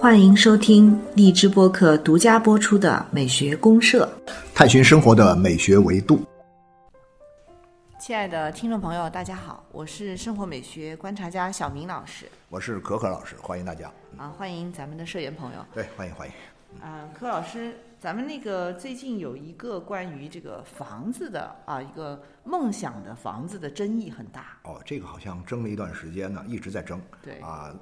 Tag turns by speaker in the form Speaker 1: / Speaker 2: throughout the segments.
Speaker 1: 欢迎收听荔枝播客独家播出的《美学公社
Speaker 2: 探寻生活的美学维度。》。
Speaker 1: 亲爱的听众朋友，大家好，我是生活美学观察家小明老师
Speaker 2: 我是可可老师，欢迎大家。
Speaker 1: 啊，欢迎咱们的社员朋友。
Speaker 2: 对，欢迎欢迎。
Speaker 1: 啊，柯老师，咱们那个最近有一个关于这个房子的啊，一个梦想的房子的争议很大。
Speaker 2: 哦，这个好像争了一段时间呢，一直在争。
Speaker 1: 对
Speaker 2: 啊，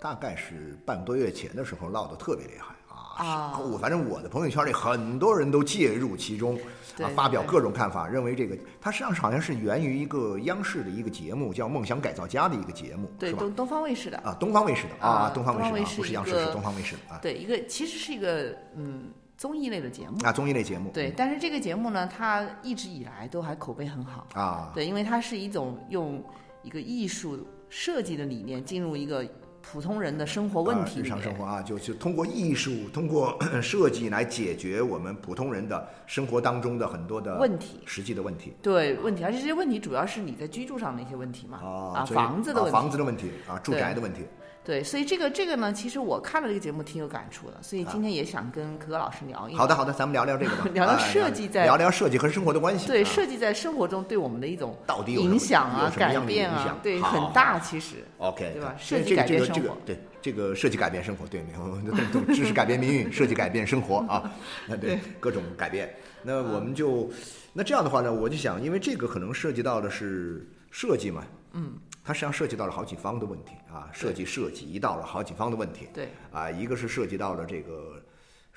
Speaker 2: 大概是半个多月前的时候闹得特别厉害啊。
Speaker 1: 啊
Speaker 2: 是我反正我的朋友圈里很多人都介入其中，
Speaker 1: 对
Speaker 2: 啊，发表
Speaker 1: 对
Speaker 2: 各种看法，认为这个它实际上是好像是源于一个央视的一个节目，叫《梦想改造家》的一个节目，
Speaker 1: 对，
Speaker 2: 是吧？
Speaker 1: 东东方卫视的。
Speaker 2: 啊，东方卫视的
Speaker 1: 啊
Speaker 2: 东方
Speaker 1: 东方
Speaker 2: 卫
Speaker 1: 卫视
Speaker 2: 视的啊，不是
Speaker 1: 一
Speaker 2: 央视，
Speaker 1: 个
Speaker 2: 是东方卫视的啊
Speaker 1: 对，一个其实是一个嗯综艺类的节目。
Speaker 2: 啊，综艺类节目，
Speaker 1: 嗯对，但是这个节目呢，它一直以来都还口碑很好。
Speaker 2: 啊，
Speaker 1: 对，因为它是一种用一个艺术设计的理念进入一个普通人的生活问题
Speaker 2: 啊日
Speaker 1: 里
Speaker 2: 常
Speaker 1: 面
Speaker 2: 生活啊，就就通过艺术，通过 设计来解决我们普通人的生活当中的很多的
Speaker 1: 问题。
Speaker 2: 实际的问题
Speaker 1: 对问题，而且这些问题主要是你在居住上的一些问题嘛，
Speaker 2: 啊，所以
Speaker 1: 房子的
Speaker 2: 啊
Speaker 1: 问题，
Speaker 2: 房子的问题啊，住
Speaker 1: 对
Speaker 2: 宅的问题
Speaker 1: 对，所以这个这个呢，其实我看了这个节目挺有感触的，所以
Speaker 2: 啊
Speaker 1: 今天也想跟可可老师聊一聊。，
Speaker 2: 好的，好的，咱们聊聊这个吧
Speaker 1: 嗯 聊聊
Speaker 2: 啊
Speaker 1: 设计在
Speaker 2: 聊聊设计和生活的关系，
Speaker 1: 对
Speaker 2: 啊
Speaker 1: 设计在生活中对我们的一种
Speaker 2: 到底有什么
Speaker 1: 影响
Speaker 2: 有
Speaker 1: 啊、
Speaker 2: 什么
Speaker 1: 改
Speaker 2: 样的
Speaker 1: 变
Speaker 2: 影
Speaker 1: 啊
Speaker 2: 响，
Speaker 1: 对，
Speaker 2: 好
Speaker 1: 很
Speaker 2: 好
Speaker 1: 大其实。
Speaker 2: OK，
Speaker 1: 对吧
Speaker 2: 这
Speaker 1: 设计改变生活
Speaker 2: 这个这个、这个对这个设计改变生活，对，没有 懂懂知识改变命运，设计改变生活 啊，那对各种改变。那我
Speaker 1: 嗯
Speaker 2: 们就那这样的话呢，我就想，因为这个可能涉及到的是设计嘛，嗯，它实际上涉及到了好几方的问题啊，设计涉及到了好几方的问题，
Speaker 1: 对，
Speaker 2: 啊，一个是涉及到了这个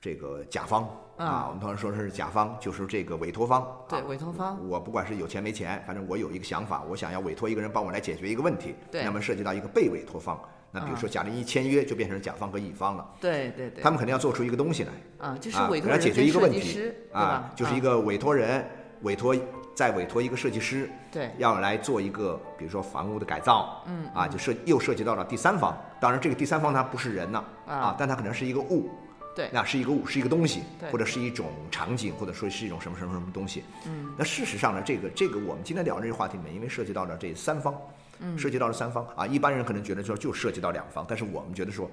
Speaker 2: 这个甲方啊，我们通常说是甲方，就是这个委托方，
Speaker 1: 嗯对
Speaker 2: 啊
Speaker 1: 委托方
Speaker 2: 我不管是有钱没钱，反正我有一个想法，我想要委托一个人帮我来解决一个问题，
Speaker 1: 对
Speaker 2: 那么涉及到一个被委托方。那比如说，假定一签约就变成甲方和乙方了，
Speaker 1: 对对对
Speaker 2: 他，们肯定要做出一个东西来，
Speaker 1: 啊，就是
Speaker 2: 啊，
Speaker 1: 委托
Speaker 2: 来
Speaker 1: 人
Speaker 2: 解
Speaker 1: 跟
Speaker 2: 决一个
Speaker 1: 设
Speaker 2: 问
Speaker 1: 计
Speaker 2: 题
Speaker 1: 师，对
Speaker 2: 啊
Speaker 1: 吧，？嗯
Speaker 2: 就是一
Speaker 1: 个
Speaker 2: 个委托人委托再委托一个设计师，
Speaker 1: 对啊
Speaker 2: 要来做一个比如说房屋的改造，嗯，啊，就涉又涉及到了第三方，当然这个第三方它不是人呐，
Speaker 1: 啊
Speaker 2: 啊，但它可能是一个物，
Speaker 1: 对
Speaker 2: 那是一个物，是一个东西，
Speaker 1: 对
Speaker 2: 或者是一种场景，或者说是一种什么什么什么东西。嗯，那事实上呢，这个这个我们今天聊的这个话题里面，因为涉及到了这三方，嗯，涉及到了三方啊，一般人可能觉得说就涉及到两方，但是我们觉得说，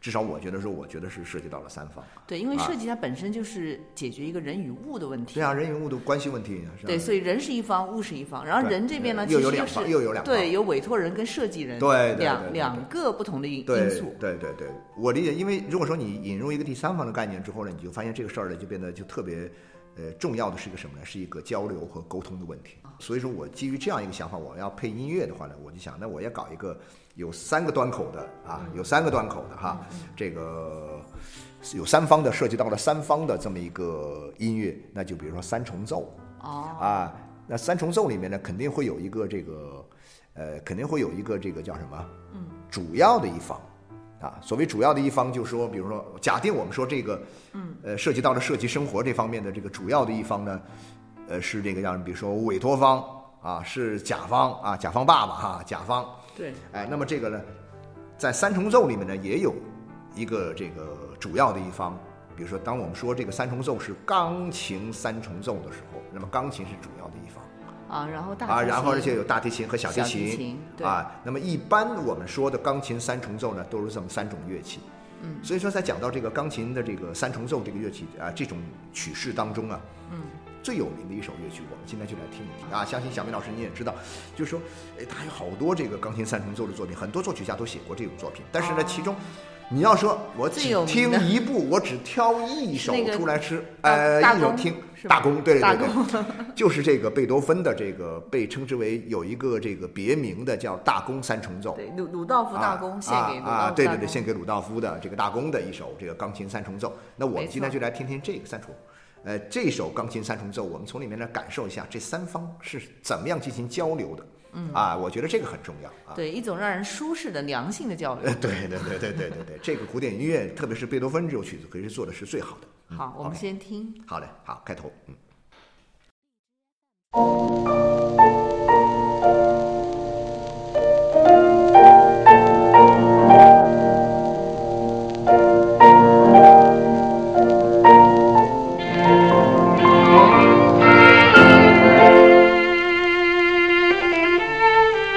Speaker 2: 至少我觉得说，我觉得是涉及到了三方。
Speaker 1: 对，因为
Speaker 2: 啊
Speaker 1: 设计它本身就是解决一个人与物的问题。
Speaker 2: 对啊，人与物的关系问题啊。是吧
Speaker 1: 对，所以人是一方，物是一方，然后
Speaker 2: 对
Speaker 1: 人这边呢，
Speaker 2: 对
Speaker 1: 其实
Speaker 2: 又有两
Speaker 1: 是
Speaker 2: 方又有两方
Speaker 1: 对，有委托人跟设计人，
Speaker 2: 对对对对
Speaker 1: 两
Speaker 2: 对
Speaker 1: 两个不同的因
Speaker 2: 对
Speaker 1: 因素，
Speaker 2: 对对对，我理解，因为如果说你引入一个第三方的概念之后呢，你就发现这个事儿呢就变得就特别，呃，重要的是一个什么呢？是一个交流和沟通的问题。
Speaker 1: 啊
Speaker 2: 所以说我基于这样一个想法，我要配音乐的话呢，我就想，那我要搞一个有三个端口的啊，
Speaker 1: 嗯
Speaker 2: 有三个端口的哈，这个有三方的，涉及到了三方的这么一个音乐，那就比如说三重奏，
Speaker 1: 哦，
Speaker 2: 啊，那三重奏里面呢，肯定会有一个这个，呃，肯定会有一个这个叫什么？嗯，主要的一方，啊，所谓主要的一方，就是说，比如说，假定我们说这个，嗯，呃，涉及到了涉及生活这方面的这个主要的一方呢，呃，是这个叫，比如说委托方啊，是甲方啊，甲方爸爸哈、甲方，
Speaker 1: 对，
Speaker 2: 哎，那么这个呢，在三重奏里面呢，也有一个这个主要的一方。比如说，当我们说这个三重奏是钢琴三重奏的时候，那么钢琴是主要的一方
Speaker 1: 啊，然后大
Speaker 2: 啊，
Speaker 1: 提
Speaker 2: 然后而
Speaker 1: 琴
Speaker 2: 且有大提琴和小提
Speaker 1: 小提
Speaker 2: 琴
Speaker 1: 琴对
Speaker 2: 啊。那么一般我们说的钢琴三重奏呢，都是这么三种乐器。嗯，所以说在讲到这个钢琴的这个三重奏这个乐器啊，这种曲式当中啊，
Speaker 1: 嗯
Speaker 2: 最有名的一首乐曲，我们今天就来听一听啊！相信小明老师你也知道，就是说，哎，他有好多这个钢琴三重奏的作品，很多作曲家都写过这种作品。但是呢，
Speaker 1: 哦
Speaker 2: 其中你要说我
Speaker 1: 最
Speaker 2: 只
Speaker 1: 有名
Speaker 2: 听
Speaker 1: 的
Speaker 2: 一部，我只挑一首
Speaker 1: 那个
Speaker 2: 出来吃，
Speaker 1: 大
Speaker 2: 呃，
Speaker 1: 大
Speaker 2: 一首
Speaker 1: 公
Speaker 2: 听
Speaker 1: 是吧
Speaker 2: 大公，对
Speaker 1: 大
Speaker 2: 对对对，就是这个贝多芬的这个被称之为有一个这个别名的叫大公三重奏。
Speaker 1: 对鲁鲁道夫大公献给鲁
Speaker 2: 啊啊
Speaker 1: 道
Speaker 2: 啊，
Speaker 1: 夫
Speaker 2: 对
Speaker 1: 大
Speaker 2: 对对，
Speaker 1: 公，
Speaker 2: 献给鲁道夫的这个大公的一首这个钢琴三重奏。那我们
Speaker 1: 没错
Speaker 2: 今天就来听听这个三重，呃，这首钢琴三重奏，我们从里面来感受一下这三方是怎么样进行交流的。嗯啊，我觉得这个很重要啊。
Speaker 1: 对一种让人舒适的良性的交流
Speaker 2: 呃。对 对对对对对对，这个古典音乐，特别是贝多芬这首曲子，可以是做的是最好的。嗯
Speaker 1: 好，我们
Speaker 2: OK
Speaker 1: 先听。
Speaker 2: 好嘞，好，开头，嗯。
Speaker 3: Thank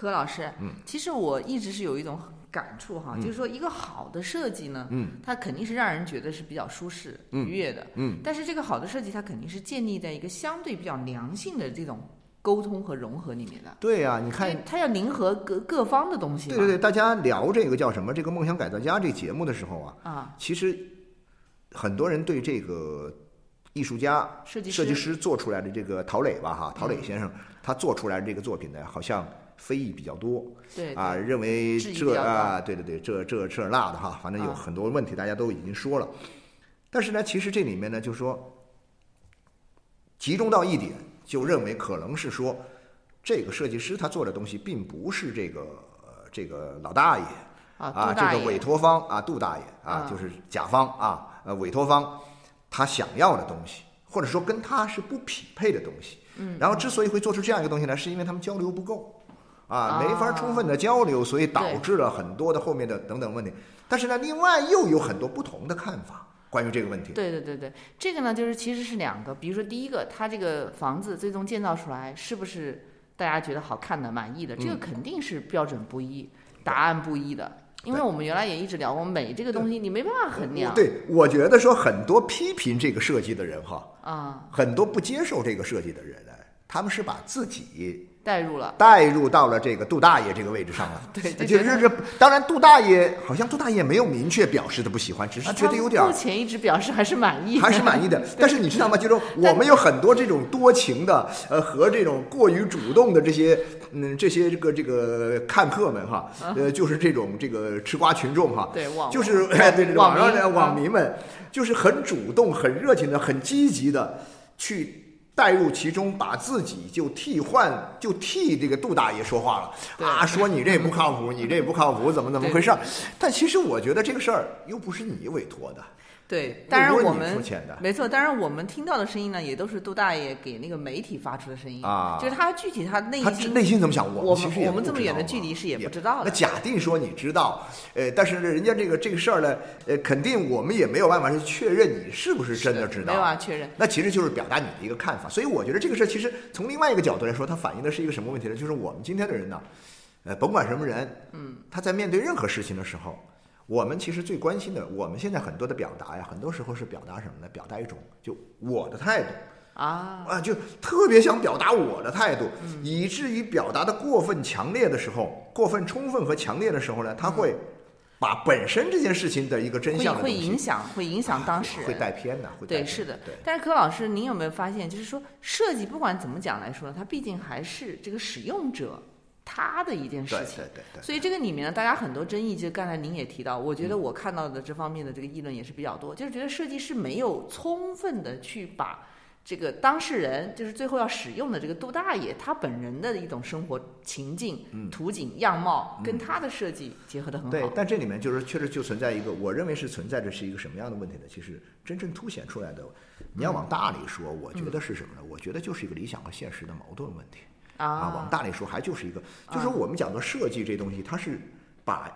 Speaker 1: 老师，嗯，其实我一直是有一种感触
Speaker 2: 嗯
Speaker 1: 哈，就是说一个好的设计呢，嗯，它肯定是让人觉得是比较舒适、愉悦的，
Speaker 2: 嗯，
Speaker 1: 但是这个好的设计它肯定是建立在一个相对比较良性的这种沟通和融合里面的，
Speaker 2: 对呀、你看
Speaker 1: 因为它要迎合各各方的东西嘛，
Speaker 2: 对对对，大家聊这个叫什么？这个《梦想改造家》这节目的时候啊，
Speaker 1: 啊，
Speaker 2: 其实很多人对这个艺术家、
Speaker 1: 设计师嗯
Speaker 2: 设计师做出来的这个陶磊吧，哈，陶磊先生他做出来的这个作品呢，好像非议比较多
Speaker 1: 对
Speaker 2: 啊，认为
Speaker 1: 质疑比
Speaker 2: 这
Speaker 1: 较大
Speaker 2: 啊，对对对，这这这那的哈，反正有
Speaker 1: 啊
Speaker 2: 很多问题大家都已经说了。但是呢，其实这里面呢，就是说集中到一点，就认为可能是说这个设计师他做的东西并不是这个呃这个老大爷。
Speaker 1: 啊，
Speaker 2: 啊，
Speaker 1: 杜大
Speaker 2: 这个
Speaker 1: 爷
Speaker 2: 委托方啊，杜大爷啊，
Speaker 1: 啊
Speaker 2: 就是甲方啊，呃，委托方他想要的东西，或者说跟他是不匹配的东西。嗯，然后之所以会做出这样一个东西来，是因为他们交流不够。啊，没法
Speaker 1: 啊
Speaker 2: 充分的交流，所以导
Speaker 1: 对
Speaker 2: 致了很多的后面的等等问题。但是呢，另外又有很多不同的看法关于这个问题。
Speaker 1: 对对对对，这个呢，就是其实是两个，比如说第一个，它这个房子最终建造出来是不是大家觉得好看的、满意
Speaker 2: 嗯
Speaker 1: 的，这个肯定是标准不一、答案不一的。因为我们原来也一直聊过美这个东西，你没办法衡量。
Speaker 2: 对，我觉得说很多批评这个设计的人哈，
Speaker 1: 啊，
Speaker 2: 很多不接受这个设计的人呢，哎他们是把自己
Speaker 1: 代入了，
Speaker 2: 带入到了这个杜大爷这个位置上了。
Speaker 1: 对就
Speaker 2: 就就
Speaker 1: 觉得
Speaker 2: 是当然，杜大爷好像杜大爷没有明确表示的不喜欢，只是
Speaker 1: 啊
Speaker 2: 觉
Speaker 1: 他
Speaker 2: 得有点儿
Speaker 1: 目前一直表示还是满意，
Speaker 2: 还是满 意的。但是你知道吗？就是我们有很多这种多情的，呃，和这种过于主动的这些，嗯，这些这个这个看客们哈，呃，就是这种这个吃瓜群众哈，
Speaker 1: 啊对网
Speaker 2: 就
Speaker 1: 网
Speaker 2: 是哎对对对
Speaker 1: 网
Speaker 2: 网上的
Speaker 1: 民
Speaker 2: 网
Speaker 1: 啊
Speaker 2: 民们，就是很主动、很热情的、很积极的去。带入其中，把自己就替换，就替这个杜大爷说话了
Speaker 1: 对
Speaker 2: 啊！说你这不靠谱，你这不靠谱，怎么怎么回事儿？但其实我觉得这个事儿又不是你委托的，
Speaker 1: 对，
Speaker 2: 又
Speaker 1: 当然
Speaker 2: 不是
Speaker 1: 我
Speaker 2: 你
Speaker 1: 们
Speaker 2: 付钱的
Speaker 1: 没错，当然我们听到的声音呢，也都是杜大爷给那个媒体发出的声音
Speaker 2: 啊
Speaker 1: 就是他具体他内
Speaker 2: 他
Speaker 1: 心
Speaker 2: 内心怎么想？
Speaker 1: 我
Speaker 2: 们
Speaker 1: 们
Speaker 2: 其实也
Speaker 1: 我们
Speaker 2: 不
Speaker 1: 这么
Speaker 2: 知
Speaker 1: 远
Speaker 2: 道
Speaker 1: 的
Speaker 2: 嘛
Speaker 1: 距离是也不
Speaker 2: 也
Speaker 1: 知道
Speaker 2: 那
Speaker 1: 的
Speaker 2: 假定说你知道，呃，但是人家这个这个事儿呢，呃，肯定我们也没有办法去确认你是不是真的知
Speaker 1: 没有
Speaker 2: 道。
Speaker 1: 啊，确认。
Speaker 2: 那其实就是表达你的一个看法，所以我觉得这个事儿其实从另外一个角度来说，它反映的是一个什么问题呢？就是我们今天的人呢，呃，甭管什么人，嗯，他在面对任何事情的时候，我们其实最关心的，我们现在很多的表达呀，很多时候是表达什么呢？表达一种就我的态度，
Speaker 1: 啊，
Speaker 2: 啊，就特别想表达我的态度，
Speaker 1: 嗯
Speaker 2: 以至于表达的过分强烈的时候，过分充分和强烈的时候呢，他会把本身这件事情的一个真
Speaker 1: 会
Speaker 2: 相的
Speaker 1: 嗯
Speaker 2: 东
Speaker 1: 会
Speaker 2: 西啊
Speaker 1: 影响，会影响当事人，
Speaker 2: 会带偏的，会带
Speaker 1: 对，
Speaker 2: 偏
Speaker 1: 是的
Speaker 2: 对。
Speaker 1: 但是柯老师，您有没有发现，就是说设计不管怎么讲来说，它毕竟还是这个使用者他的一件事
Speaker 2: 对
Speaker 1: 情
Speaker 2: 对。对对。
Speaker 1: 所以这个里面呢，大家很多争议，就刚才您也提到，我觉得我看到的这方面的这个议论也是比较多，就是觉得设计师没有充分的去把这个当事人，就是最后要使用的这个杜大爷他本人的一种生活情境、图景、样貌，跟他的设计结合的很
Speaker 2: 嗯对
Speaker 1: 好，。
Speaker 2: 但这里面就是确实就存在一个，我认为是存在着是一个什么样的问题呢？其实真正凸显出来的，你要
Speaker 1: 嗯
Speaker 2: 往大里说，我觉得是什么呢？我觉得就是一个理想和现实的矛盾问题。啊，往
Speaker 1: 啊，
Speaker 2: 大里说，还就是一个，就是我们讲的设计这东西，它是把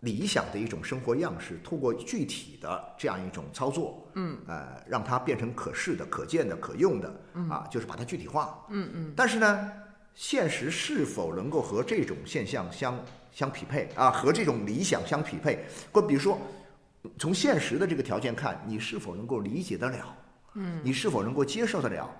Speaker 2: 理想的一种生活样式，通过具体的这样一种操作，嗯，呃，让它变成可视的、可见的、可用的，啊，就是把它具体化，嗯嗯。但是呢，现实是否能够和这种现象相相匹配啊，和这种理想相匹配？或比如说，从现实的这个条件看，你是否能够理解得了？嗯，你是否能够接受得了？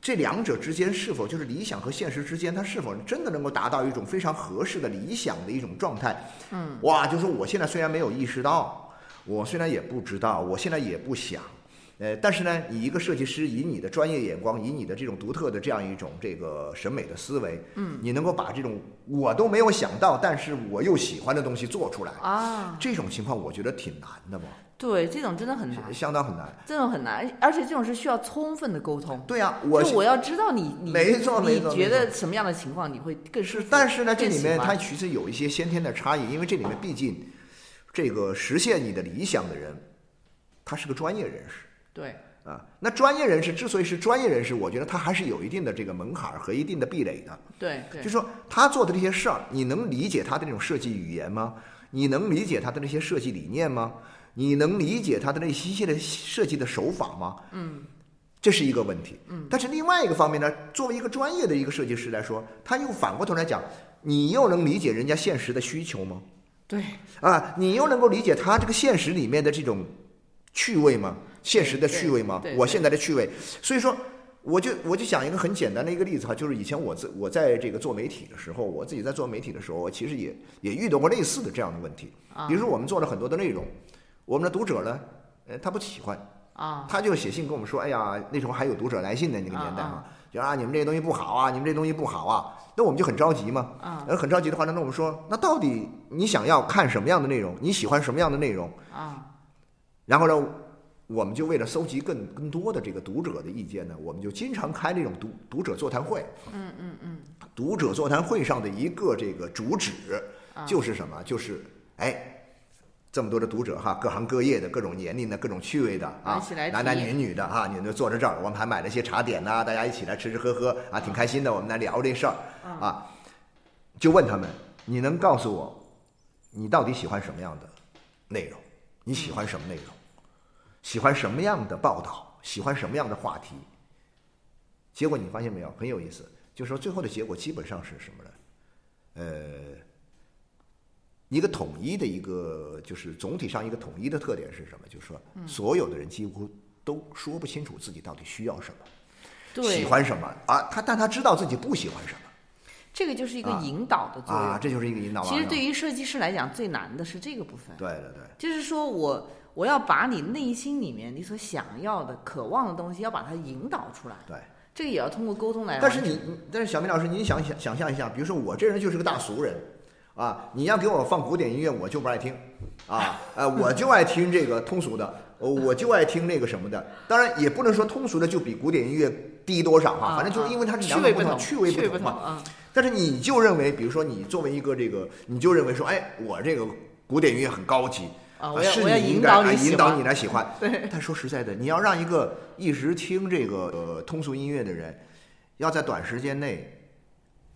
Speaker 2: 这两者之间是否就是理想和现实之间，它是否真的能够达到一种非常合适的理想的一种状态？嗯，哇，就是我现在虽然没有意识到，我虽然也不知道，我现在也不想，呃，但是呢，你一个设计师以你的专业眼光，以你的这种独特的这样一种这个审美的思维，嗯，你能够把这种我都没有想到，但是我又喜欢的东西做出来，
Speaker 1: 啊，
Speaker 2: 这种情况我觉得挺难的嘛，
Speaker 1: 对，这种真的很难。
Speaker 2: 相当很难。
Speaker 1: 这种很难，而且这种是需要充分的沟通。
Speaker 2: 对呀、啊
Speaker 1: 就
Speaker 2: 我
Speaker 1: 我要知道你你
Speaker 2: 没错没错
Speaker 1: 你觉得什么样的情况你会更舒
Speaker 2: 是
Speaker 1: 服，
Speaker 2: 但是呢，这
Speaker 1: 更
Speaker 2: 里
Speaker 1: 喜
Speaker 2: 面
Speaker 1: 欢
Speaker 2: 它其实有一些先天的差异，因为这里面毕竟这个实现你的理想的人，他是个专业人士
Speaker 1: 对
Speaker 2: 啊。那专业人士之所以是专业人士，我觉得他还是有一定的这个门槛儿和一定的壁垒的。
Speaker 1: 对对
Speaker 2: 就，说他做的这些事儿，你能理解他的那种设计语言吗？你能理解他的那些设计理念吗？你能理解他的那些的设计的手法吗？嗯，这是一个问题。嗯，但是另外一个方面呢，作为一个专业的一个设计师来说，他又反过头来讲，你又能理解人家现实的需求吗？
Speaker 1: 对，
Speaker 2: 啊，你又能够理解他这个现实里面的这种趣味吗？现实的趣味吗
Speaker 1: 对？对
Speaker 2: 我现在的趣味，所以说，我就我就讲一个很简单的一个例子哈，就是以前我自我在这个做媒体的时候，我自己在做媒体的时候，我其实也也遇到过类似的这样的问题，
Speaker 1: 啊
Speaker 2: 比如说我们做了很多的内容，我们的读者呢，呃，他不喜欢，
Speaker 1: 啊，
Speaker 2: 他就写信跟我们说，哎呀，那时候还有读者来信的那个年代嘛，就啊，你们这东西不好啊，你们这东西不好啊，那我们就很着急嘛，
Speaker 1: 啊，
Speaker 2: 呃，很着急的话，那那我们说，那到底你想要看什么样的内容，你喜欢什么样的内容？
Speaker 1: 啊，
Speaker 2: 然后呢，我们就为了搜集更更多的这个读者的意见呢，我们就经常开那种读读者座谈会。嗯嗯嗯。读者座谈会上的一个这个主旨就是什么？就是哎。这么多的读者哈，各行各业的各种年龄的各种趣味的啊
Speaker 1: 一起来，嗯
Speaker 2: 男男
Speaker 1: 提
Speaker 2: 女女的哈，你们就坐在这儿，我们还买了些茶点呐、大家一起来吃吃喝喝啊，挺开心的。我们来聊这事儿
Speaker 1: 嗯
Speaker 2: 啊，就问他们，你能告诉我，你到底喜欢什么样的内容？你喜
Speaker 1: 嗯
Speaker 2: 欢什么内容？喜欢什么样的报道？喜欢什么样的话题？结果你发现没有，很有意思，就是说最后的结果基本上是什么呢？呃，一个统一的一个，就是总体上一个统一的特点是什么？就是说，
Speaker 1: 嗯
Speaker 2: 所有的人几乎都说不清楚自己到底需要什么，喜
Speaker 1: 对，
Speaker 2: 欢什么啊？他但他知道自己不喜欢什么
Speaker 1: 这个就是一个
Speaker 2: 啊
Speaker 1: 引导的作用。
Speaker 2: 啊，这就是一个引导啊。
Speaker 1: 其实对于设计师来讲，最难的是这个部分，
Speaker 2: 对对对，
Speaker 1: 就是说我我要把你内心里面你所想要的、渴望的东西，要把它引导出来。
Speaker 2: 对，
Speaker 1: 这个也要通过沟通来完
Speaker 2: 但是
Speaker 1: 成。
Speaker 2: 你，你但是小明老师，你想想想象一下，比如说我这人就是个大俗人，啊，你要给我放古典音乐，我就不爱听，啊，呃，我就爱听这个通俗的，呃我就爱听那个什么的。当然也不能说通俗的就比古典音乐低多少哈，
Speaker 1: 啊
Speaker 2: 反正就是因为它是
Speaker 1: 趣
Speaker 2: 两
Speaker 1: 味
Speaker 2: 种不
Speaker 1: 同，
Speaker 2: 同，
Speaker 1: 趣
Speaker 2: 趣味
Speaker 1: 不
Speaker 2: 不同嘛。
Speaker 1: 啊。
Speaker 2: 但是你就认为，比如说你作为一个这个，你就认为说，哎，我这个古典音乐很高级
Speaker 1: 啊我要
Speaker 2: 是
Speaker 1: 我要
Speaker 2: 你应
Speaker 1: 引
Speaker 2: 该
Speaker 1: 导
Speaker 2: 啊
Speaker 1: 你喜
Speaker 2: 引导
Speaker 1: 欢
Speaker 2: 你来喜欢。
Speaker 1: 对，
Speaker 2: 但说实在的，你要让一个一直听这个呃通俗音乐的人，要在短时间内，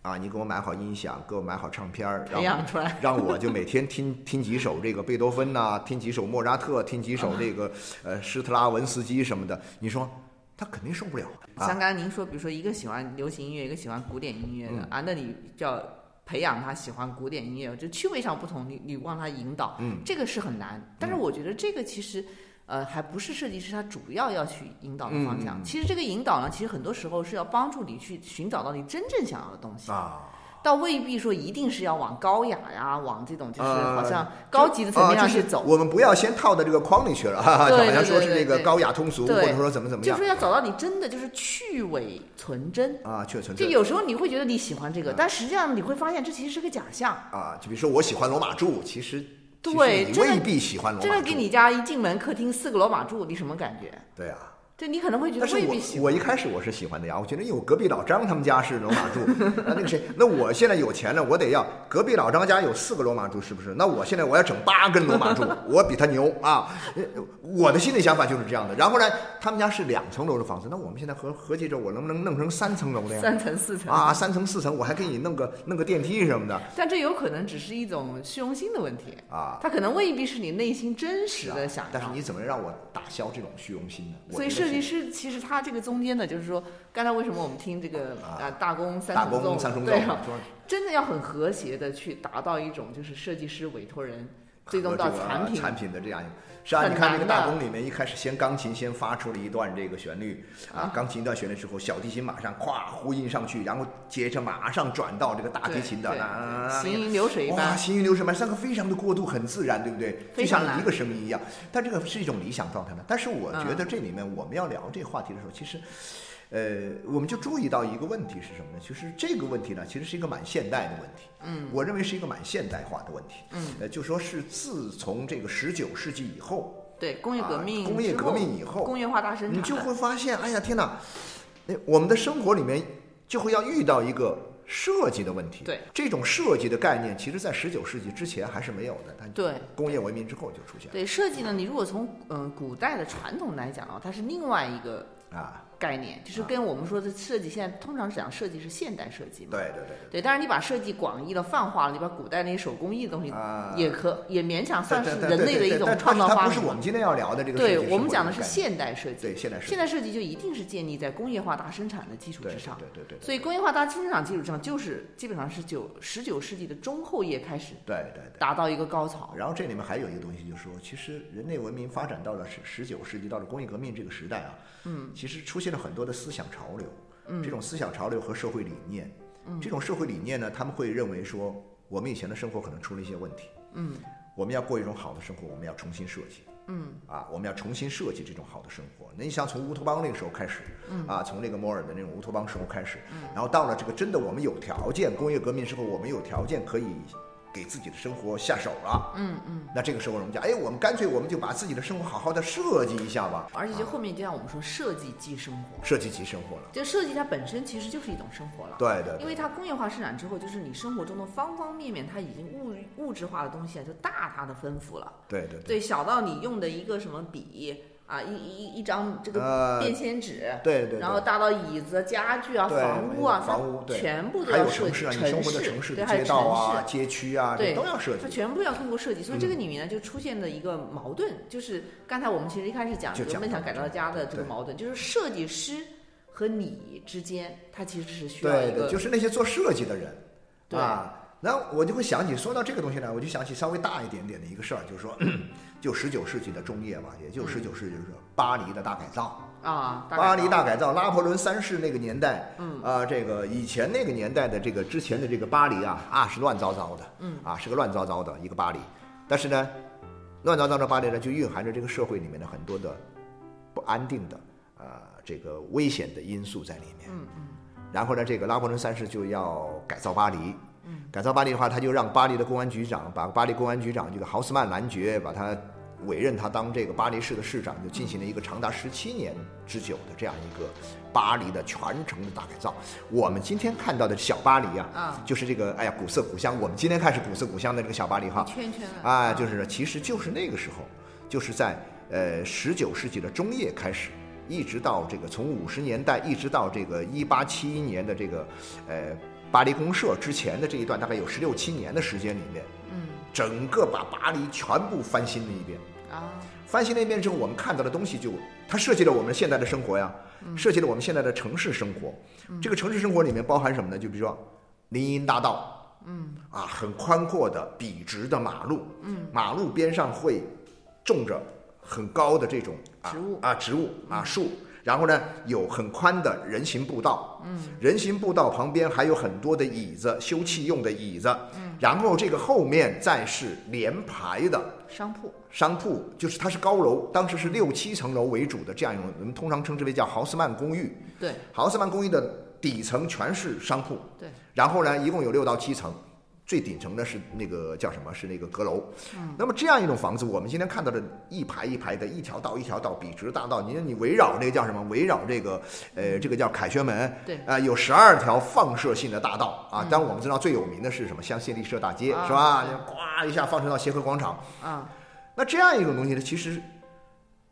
Speaker 2: 啊，你给我买好音响，给我买好唱片儿，
Speaker 1: 培
Speaker 2: 让
Speaker 1: 养出来
Speaker 2: 让我就每天听听几首这个贝多芬呐、听几首莫扎特，听几首这个呃施特拉文斯基什么的，你说他肯定受不了 啊。
Speaker 1: 像刚才您说，比如说一个喜欢流行音乐，一个喜欢古典音乐的、
Speaker 2: 嗯
Speaker 1: 啊，那你就要培养他喜欢古典音乐，就趣味上不同，你你往他引导，
Speaker 2: 嗯
Speaker 1: 这个是很难。但是我觉得这个其实。呃，还不是设计师他主要要去引导的方向。
Speaker 2: 嗯嗯嗯
Speaker 1: 其实这个引导呢，其实很多时候是要帮助你去寻找到你真正想要的东西，
Speaker 2: 啊，
Speaker 1: 倒未必说一定是要往高雅呀，往这种就是
Speaker 2: 呃
Speaker 1: 好像高级的层面上
Speaker 2: 啊就是
Speaker 1: 去走。
Speaker 2: 我们不要先套到这个框里去了， 哈哈，就
Speaker 1: 对
Speaker 2: 好像
Speaker 1: 对
Speaker 2: 说
Speaker 1: 对
Speaker 2: 是
Speaker 1: 对
Speaker 2: 那个
Speaker 1: 对
Speaker 2: 高雅通俗，或
Speaker 1: 对
Speaker 2: 者说怎么怎么
Speaker 1: 就
Speaker 2: 样
Speaker 1: 是要找到你真的就是去伪存真。
Speaker 2: 啊，确存
Speaker 1: 就
Speaker 2: 在
Speaker 1: 有时候你会觉得你喜欢这
Speaker 2: 嗯
Speaker 1: 个，但实际上你会发现这其实是个假象。
Speaker 2: 啊，就比如说我喜欢罗马柱，其实其实
Speaker 1: 对
Speaker 2: 你
Speaker 1: 真的
Speaker 2: 未必喜欢罗
Speaker 1: 真
Speaker 2: 马
Speaker 1: 的
Speaker 2: 柱，
Speaker 1: 给你家一进门，客厅四个罗马柱，你什么感觉？
Speaker 2: 对啊。
Speaker 1: 对你可能会觉
Speaker 2: 但
Speaker 1: 得
Speaker 2: 是
Speaker 1: 未必喜
Speaker 2: 我
Speaker 1: 欢。
Speaker 2: 我一开始我是喜欢的呀，我觉得有隔壁老张他们家是罗马柱，那那个谁，那我现在有钱了，我得要隔壁老张家有四个罗马柱，是不是？那我现在我要整八根罗马柱，我比他牛啊！呃我的心里想法就是这样的。然后呢，他们家是两层楼的房子，那我们现在合合计着，我能不能弄成三层楼的呀？
Speaker 1: 三层四 层
Speaker 2: 啊，三层四层，我还给你弄个弄个电梯什么的
Speaker 1: 但这有可能只是一种虚荣心的问题，
Speaker 2: 啊。
Speaker 1: 它可能未必是你内心真实
Speaker 2: 是啊
Speaker 1: 的想
Speaker 2: 但是
Speaker 1: 要。
Speaker 2: 你怎么让我打消这种虚荣心呢？我
Speaker 1: 所以
Speaker 2: 觉得
Speaker 1: 设计
Speaker 2: 是
Speaker 1: 师其实他这个中间的，就是说，刚才为什么我们听这个
Speaker 2: 啊
Speaker 1: 啊大功三
Speaker 2: 打
Speaker 1: 重
Speaker 2: 工三重奏
Speaker 1: 对啊
Speaker 2: 嘛，，说
Speaker 1: 真的要很和谐的去达到一种就是设计师委托人最终到
Speaker 2: 和这个
Speaker 1: 产品
Speaker 2: 啊产品的这样一个。是啊，
Speaker 1: 很
Speaker 2: 你看那个
Speaker 1: 难
Speaker 2: 大
Speaker 1: 的
Speaker 2: 功里面，一开始先钢琴先发出了一段这个旋律，啊，钢琴一段旋律之后，小提琴马上咵呼应上去，然后接着马上转到这个大提琴的，
Speaker 1: 对对
Speaker 2: 啦啦啦啦
Speaker 1: 行云流水一
Speaker 2: 哇，
Speaker 1: 般。
Speaker 2: 行云流水般，三个非常的过渡，很自然，对不对？就
Speaker 1: 非常
Speaker 2: 像
Speaker 1: 难
Speaker 2: 一个声音一样。但这个是一种理想状态呢。但是我
Speaker 1: 嗯
Speaker 2: 觉得这里面我们要聊这个话题的时候，其实，呃，我们就注意到一个问题是什么呢？就是这个问题呢，其实是一个蛮现代的问题。嗯，我认为是一个蛮现代化的问题。嗯，呃，就说是自从这个十九世纪以后，
Speaker 1: 对，工业革命、
Speaker 2: 啊工业革命以后
Speaker 1: 工业化大生产，
Speaker 2: 你就会发现，哎呀，天哪！哎，我们的生活里面就会要遇到一个设计的问题。
Speaker 1: 对，
Speaker 2: 这种设计的概念，其实在十九世纪之前还是没有的，但
Speaker 1: 对
Speaker 2: 工业文明之后就出现
Speaker 1: 对设计呢。你如果从嗯、呃古代的传统来讲啊，它是另外一个
Speaker 2: 了啊。
Speaker 1: 概念，就是
Speaker 2: 啊
Speaker 1: 跟我们说的设计，现在通常讲设计是现代设计嘛。
Speaker 2: 对对对
Speaker 1: 对，但是你把设计广义了、泛化了，你把古代那些手工艺的东
Speaker 2: 对，
Speaker 1: 西
Speaker 2: 啊，
Speaker 1: 也可也勉强算是
Speaker 2: 对对对
Speaker 1: 人类的
Speaker 2: 对
Speaker 1: 一
Speaker 2: 对
Speaker 1: 种
Speaker 2: 但
Speaker 1: 创造
Speaker 2: 它
Speaker 1: 发
Speaker 2: 不是
Speaker 1: 明
Speaker 2: 我
Speaker 1: 嘛
Speaker 2: 们。今天要聊的这个设计
Speaker 1: 对
Speaker 2: 师，
Speaker 1: 我们讲的是
Speaker 2: 概念
Speaker 1: 现代设计，
Speaker 2: 对现代设计，
Speaker 1: 现代设计就一定是建立在工业化大生产的基础
Speaker 2: 对
Speaker 1: 之上。
Speaker 2: 对对对，对
Speaker 1: 所以工业化大生产基础上，就是基本上是九十九世纪的中后叶开始
Speaker 2: 对对对。
Speaker 1: 达到一个高潮。
Speaker 2: 然后这里面还有一个东西，就是说，其实人类文明发展到了十十九世纪，到了工业革命这个时代啊，嗯，其实出现了很多的思想潮流，嗯，这种思想潮流和社会理念，嗯，这种社会理念呢，他们会认为说，我们以前的生活可能出了一些问题，
Speaker 1: 嗯，
Speaker 2: 我们要过一种好的生活，我们要重新设计，嗯，啊，我们要重新设计这种好的生活。那你像从乌托邦那个时候开始，嗯，啊，从那个摩尔的那种乌托邦时候开始，嗯，然后到了这个真的我们有条件，工业革命之后，我们有条件可以给自己的生活下手了，
Speaker 1: 嗯嗯，
Speaker 2: 那这个时候我们讲，哎，我们干脆我们就把自己的生活好好的设计一下吧，
Speaker 1: 而且就后面就像我们说，设计即生活，
Speaker 2: 设计及生活了。
Speaker 1: 就设计它本身其实就是一种生活了。
Speaker 2: 对对
Speaker 1: 因
Speaker 2: 对，
Speaker 1: 为它工业化生产之后，就是你生活中的方方面面，它已经物物质化的东西啊，就大大的丰富了。
Speaker 2: 对对对
Speaker 1: 对，小到你用的一个什么笔啊，一一一一张这个
Speaker 2: 呃
Speaker 1: 便签纸，
Speaker 2: 对对，
Speaker 1: 然后大到椅子、家具啊、
Speaker 2: 对
Speaker 1: 房屋啊，
Speaker 2: 房屋
Speaker 1: 它
Speaker 2: 对
Speaker 1: 全部都
Speaker 2: 还
Speaker 1: 要
Speaker 2: 有
Speaker 1: 设
Speaker 2: 城
Speaker 1: 计。
Speaker 2: 市啊，你生活的城市
Speaker 1: 对
Speaker 2: 的街道
Speaker 1: 还有
Speaker 2: 啊、
Speaker 1: 城市
Speaker 2: 街区啊，
Speaker 1: 对
Speaker 2: 这都要设
Speaker 1: 它
Speaker 2: 计，
Speaker 1: 全部要通过设计，所以
Speaker 2: 嗯
Speaker 1: 这个里面呢就出现了一个矛盾，就是刚才我们其实一开始讲这
Speaker 2: 就
Speaker 1: 个
Speaker 2: 讲
Speaker 1: 梦想
Speaker 2: 到
Speaker 1: 改造家的这个
Speaker 2: 对
Speaker 1: 矛盾，就是设计师和你之间，它其实是需要
Speaker 2: 对
Speaker 1: 一个
Speaker 2: 对，就是那些做设计的人，
Speaker 1: 对
Speaker 2: 啊。然后我就会想起，说到这个东西呢，我就想起稍微大一点点的一个事儿，就是说，就十九世纪的中叶吧，也就
Speaker 1: 嗯
Speaker 2: 十九世纪，就是巴黎的大改造。
Speaker 1: 啊，大概
Speaker 2: 巴黎
Speaker 1: 到
Speaker 2: 大改造，拿破仑三世那个年代，
Speaker 1: 嗯
Speaker 2: 啊、这个以前那个年代的这个之前的这个巴黎啊，啊是乱糟糟的，
Speaker 1: 嗯，
Speaker 2: 啊是个乱糟糟的一个巴黎，但是呢，乱糟糟的巴黎呢，就蕴含着这个社会里面的很多的不安定的，呃，这个危险的因素在里面，
Speaker 1: 嗯
Speaker 2: 然后呢，这个拿破仑三世就要改造巴黎。
Speaker 1: 嗯
Speaker 2: 改造巴黎的话，他就让巴黎的公安局长把巴黎公安局长这个豪斯曼男爵把他委任他当这个巴黎市的市长，就进行了一个长达十七年之久的这样一个巴黎的全城的大改造。我们今天看到的小巴黎啊，
Speaker 1: 啊
Speaker 2: 就是这个哎呀古色古香。我们今天看是古色古香的这个小巴黎哈，
Speaker 1: 圈圈了
Speaker 2: 啊，就是其实就是那个时候，就是在呃十九世纪的中叶开始，一直到这个从五十年代一直到这个一八七一年的这个呃巴黎公社之前的这一段，大概有十六七年的时间里面，
Speaker 1: 嗯
Speaker 2: 整个把巴黎全部翻新了一遍。
Speaker 1: 啊
Speaker 2: 翻新了一遍之后，我们看到的东西就它设计了我们现在的生活呀，设计了我们现在的城市生活。这个城市生活里面包含什么呢？就比如说林荫大道，嗯，啊，很宽阔的笔直的马路，嗯，马路边上会种着很高的这种啊
Speaker 1: 植物
Speaker 2: 啊植物啊树。然后呢，有很宽的人行步道，嗯，人行步道旁边还有很多的椅子，休憩用的椅子，嗯，然后这个后面再是连排的
Speaker 1: 商铺
Speaker 2: 商铺，就是它是高楼，当时是六七层楼为主的这样一种，我们通常称之为叫豪斯曼公寓。
Speaker 1: 对
Speaker 2: 豪斯曼公寓的底层全是商铺，
Speaker 1: 对
Speaker 2: 然后呢，一共有六到七层，最顶层的是那个叫什么？是那个阁楼。
Speaker 1: 嗯
Speaker 2: 那么这样一种房子，我们今天看到的一排一排的，一条道一条道，笔直大道，你你围绕这个叫什么？围绕这个呃，这个叫凯旋门。
Speaker 1: 嗯对嗯
Speaker 2: 啊、有十二条放射性的大道啊。当然我们知道最有名的是什么？香榭丽舍大街、
Speaker 1: 啊
Speaker 2: 是吧？呱一下放射到协和广场。
Speaker 1: 啊
Speaker 2: 那这样一种东西呢，其实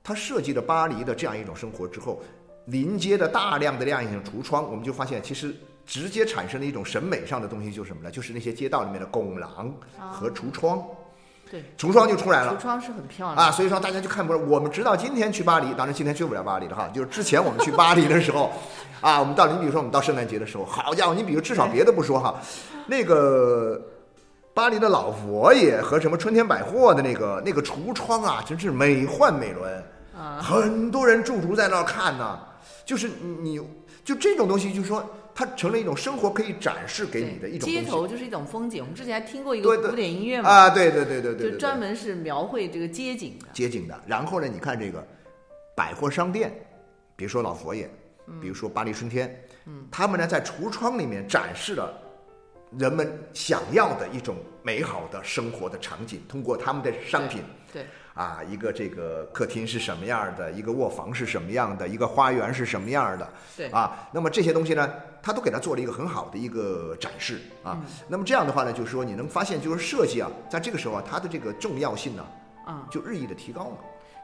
Speaker 2: 它设计了巴黎的这样一种生活之后，临街的大量的这样一种橱窗，我们就发现其实。直接产生了一种审美上的东西，就是什么呢？就是那些街道里面的拱廊和橱窗，
Speaker 1: 对，
Speaker 2: 橱窗就出来
Speaker 1: 橱
Speaker 2: 了
Speaker 1: 窗是很漂亮的
Speaker 2: 啊！所以说大家就看不到。我们直到今天去巴黎，当然今天去不了巴黎了哈。就是之前我们去巴黎的时候，啊，我们到你比如说我们到圣诞节的时候，好家伙，你比如至少别的不说哈，那个巴黎的老佛爷和什么春天百货的那个那个橱窗啊，真是美奂美伦，
Speaker 1: 啊
Speaker 2: 很多人驻足在那儿看呢、就是你就这种东西，就是说它成了一种生活可以展示给你的
Speaker 1: 对
Speaker 2: 一种
Speaker 1: 街
Speaker 2: 东
Speaker 1: 头就是一种风景。我们之前还听过一
Speaker 2: 对
Speaker 1: 个
Speaker 2: 对
Speaker 1: 古典音乐
Speaker 2: 西
Speaker 1: 嘛，
Speaker 2: 啊，对对对对对
Speaker 1: 就
Speaker 2: 对
Speaker 1: 专
Speaker 2: 对，
Speaker 1: 门是描绘这个街景的。
Speaker 2: 街景的。然后呢，你看这个百货商店，比如说老佛爷，
Speaker 1: 嗯
Speaker 2: 比如说巴黎春天，嗯，他们呢在橱窗里面展示了。人们想要的一种美好的生活的场景，通过他们的商品
Speaker 1: 对，
Speaker 2: 啊，一个这个客厅是什么样儿的，一个卧房是什么样的，一个花园是什么样儿的，
Speaker 1: 对
Speaker 2: 啊，那么这些东西呢，他都给它做了一个很好的一个展示啊。
Speaker 1: 嗯
Speaker 2: 那么这样的话呢，就是说你能发现，就是设计啊，在这个时候啊，它的这个重要性呢、
Speaker 1: 啊、
Speaker 2: 就日益的提高了。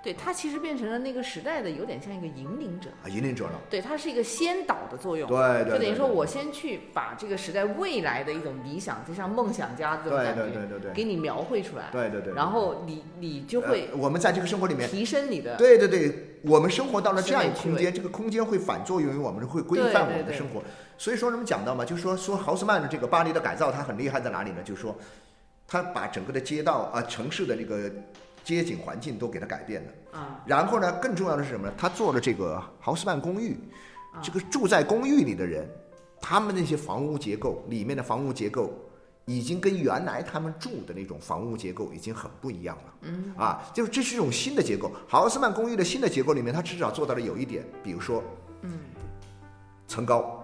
Speaker 1: 对他其实变成了那个时代的有点像一个引领者，
Speaker 2: 啊，引领者了。
Speaker 1: 对，它是一个先导的作用。
Speaker 2: 对对，
Speaker 1: 就等于
Speaker 2: 对
Speaker 1: 说
Speaker 2: 对
Speaker 1: 我先去把这个时代未来的一种理想，就像梦想家这种
Speaker 2: 对
Speaker 1: 感
Speaker 2: 对
Speaker 1: 觉，
Speaker 2: 对对对
Speaker 1: 给你描绘出来，
Speaker 2: 对对对，
Speaker 1: 然后你你就
Speaker 2: 呃
Speaker 1: 会
Speaker 2: 我们在这个生活里面，
Speaker 1: 提升你的。
Speaker 2: 对对对，我们生活到了这样一个
Speaker 1: 审美
Speaker 2: 空
Speaker 1: 趣
Speaker 2: 间，这个空间会反作用于我们，会规
Speaker 1: 对
Speaker 2: 范我
Speaker 1: 对
Speaker 2: 们的
Speaker 1: 对
Speaker 2: 生活。所以说，我们讲到嘛，就是说说豪斯曼的这个巴黎的改造，它很厉害在哪里呢？就是说，他把整个的街道啊、城市的这个街景环境都给它改变了。
Speaker 1: 啊
Speaker 2: 然后呢，更重要的是什么呢？他做了这个豪斯曼公寓
Speaker 1: 啊，
Speaker 2: 这个住在公寓里的人，他们那些房屋结构里面的房屋结构，已经跟原来他们住的那种房屋结构已经很不一样了。嗯，啊，就是这是一种新的结构。豪斯曼公寓的新的结构里面，它至少做到了有一点，比如说，
Speaker 1: 嗯，
Speaker 2: 层高，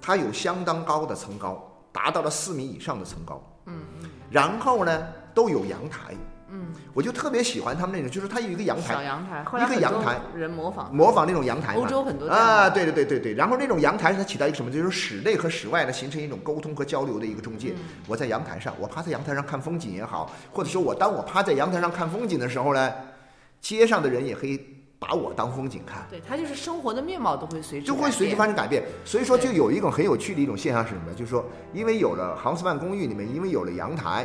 Speaker 2: 它有相当高的层高，达到了四米以上的层高。嗯，然后呢，都有阳台。嗯，我就特别喜欢他们那种，就是它有一个阳台
Speaker 1: 小，阳台，后来
Speaker 2: 一个
Speaker 1: 很多
Speaker 2: 阳台嗯
Speaker 1: 人模仿，
Speaker 2: 模仿那种阳台嘛，
Speaker 1: 欧洲很多这样的
Speaker 2: 啊，对对对对对。然后那种阳台它起到一个什么，就是室内和室外呢形成一种沟通和交流的一个中
Speaker 1: 嗯
Speaker 2: 介。我在阳台上，我趴在阳台上看风景也好，或者说我当我趴在阳台上看风景的时候呢，街上的人也可以把我当风景看。
Speaker 1: 对，它就是生活的面貌都会随之
Speaker 2: 就会
Speaker 1: 改
Speaker 2: 随之
Speaker 1: 变
Speaker 2: 发生改变，所以说
Speaker 1: 对
Speaker 2: 就有一种很有趣的一种现象是什么呢？就是说，因为有了杭斯曼公寓里面，因为有了阳台，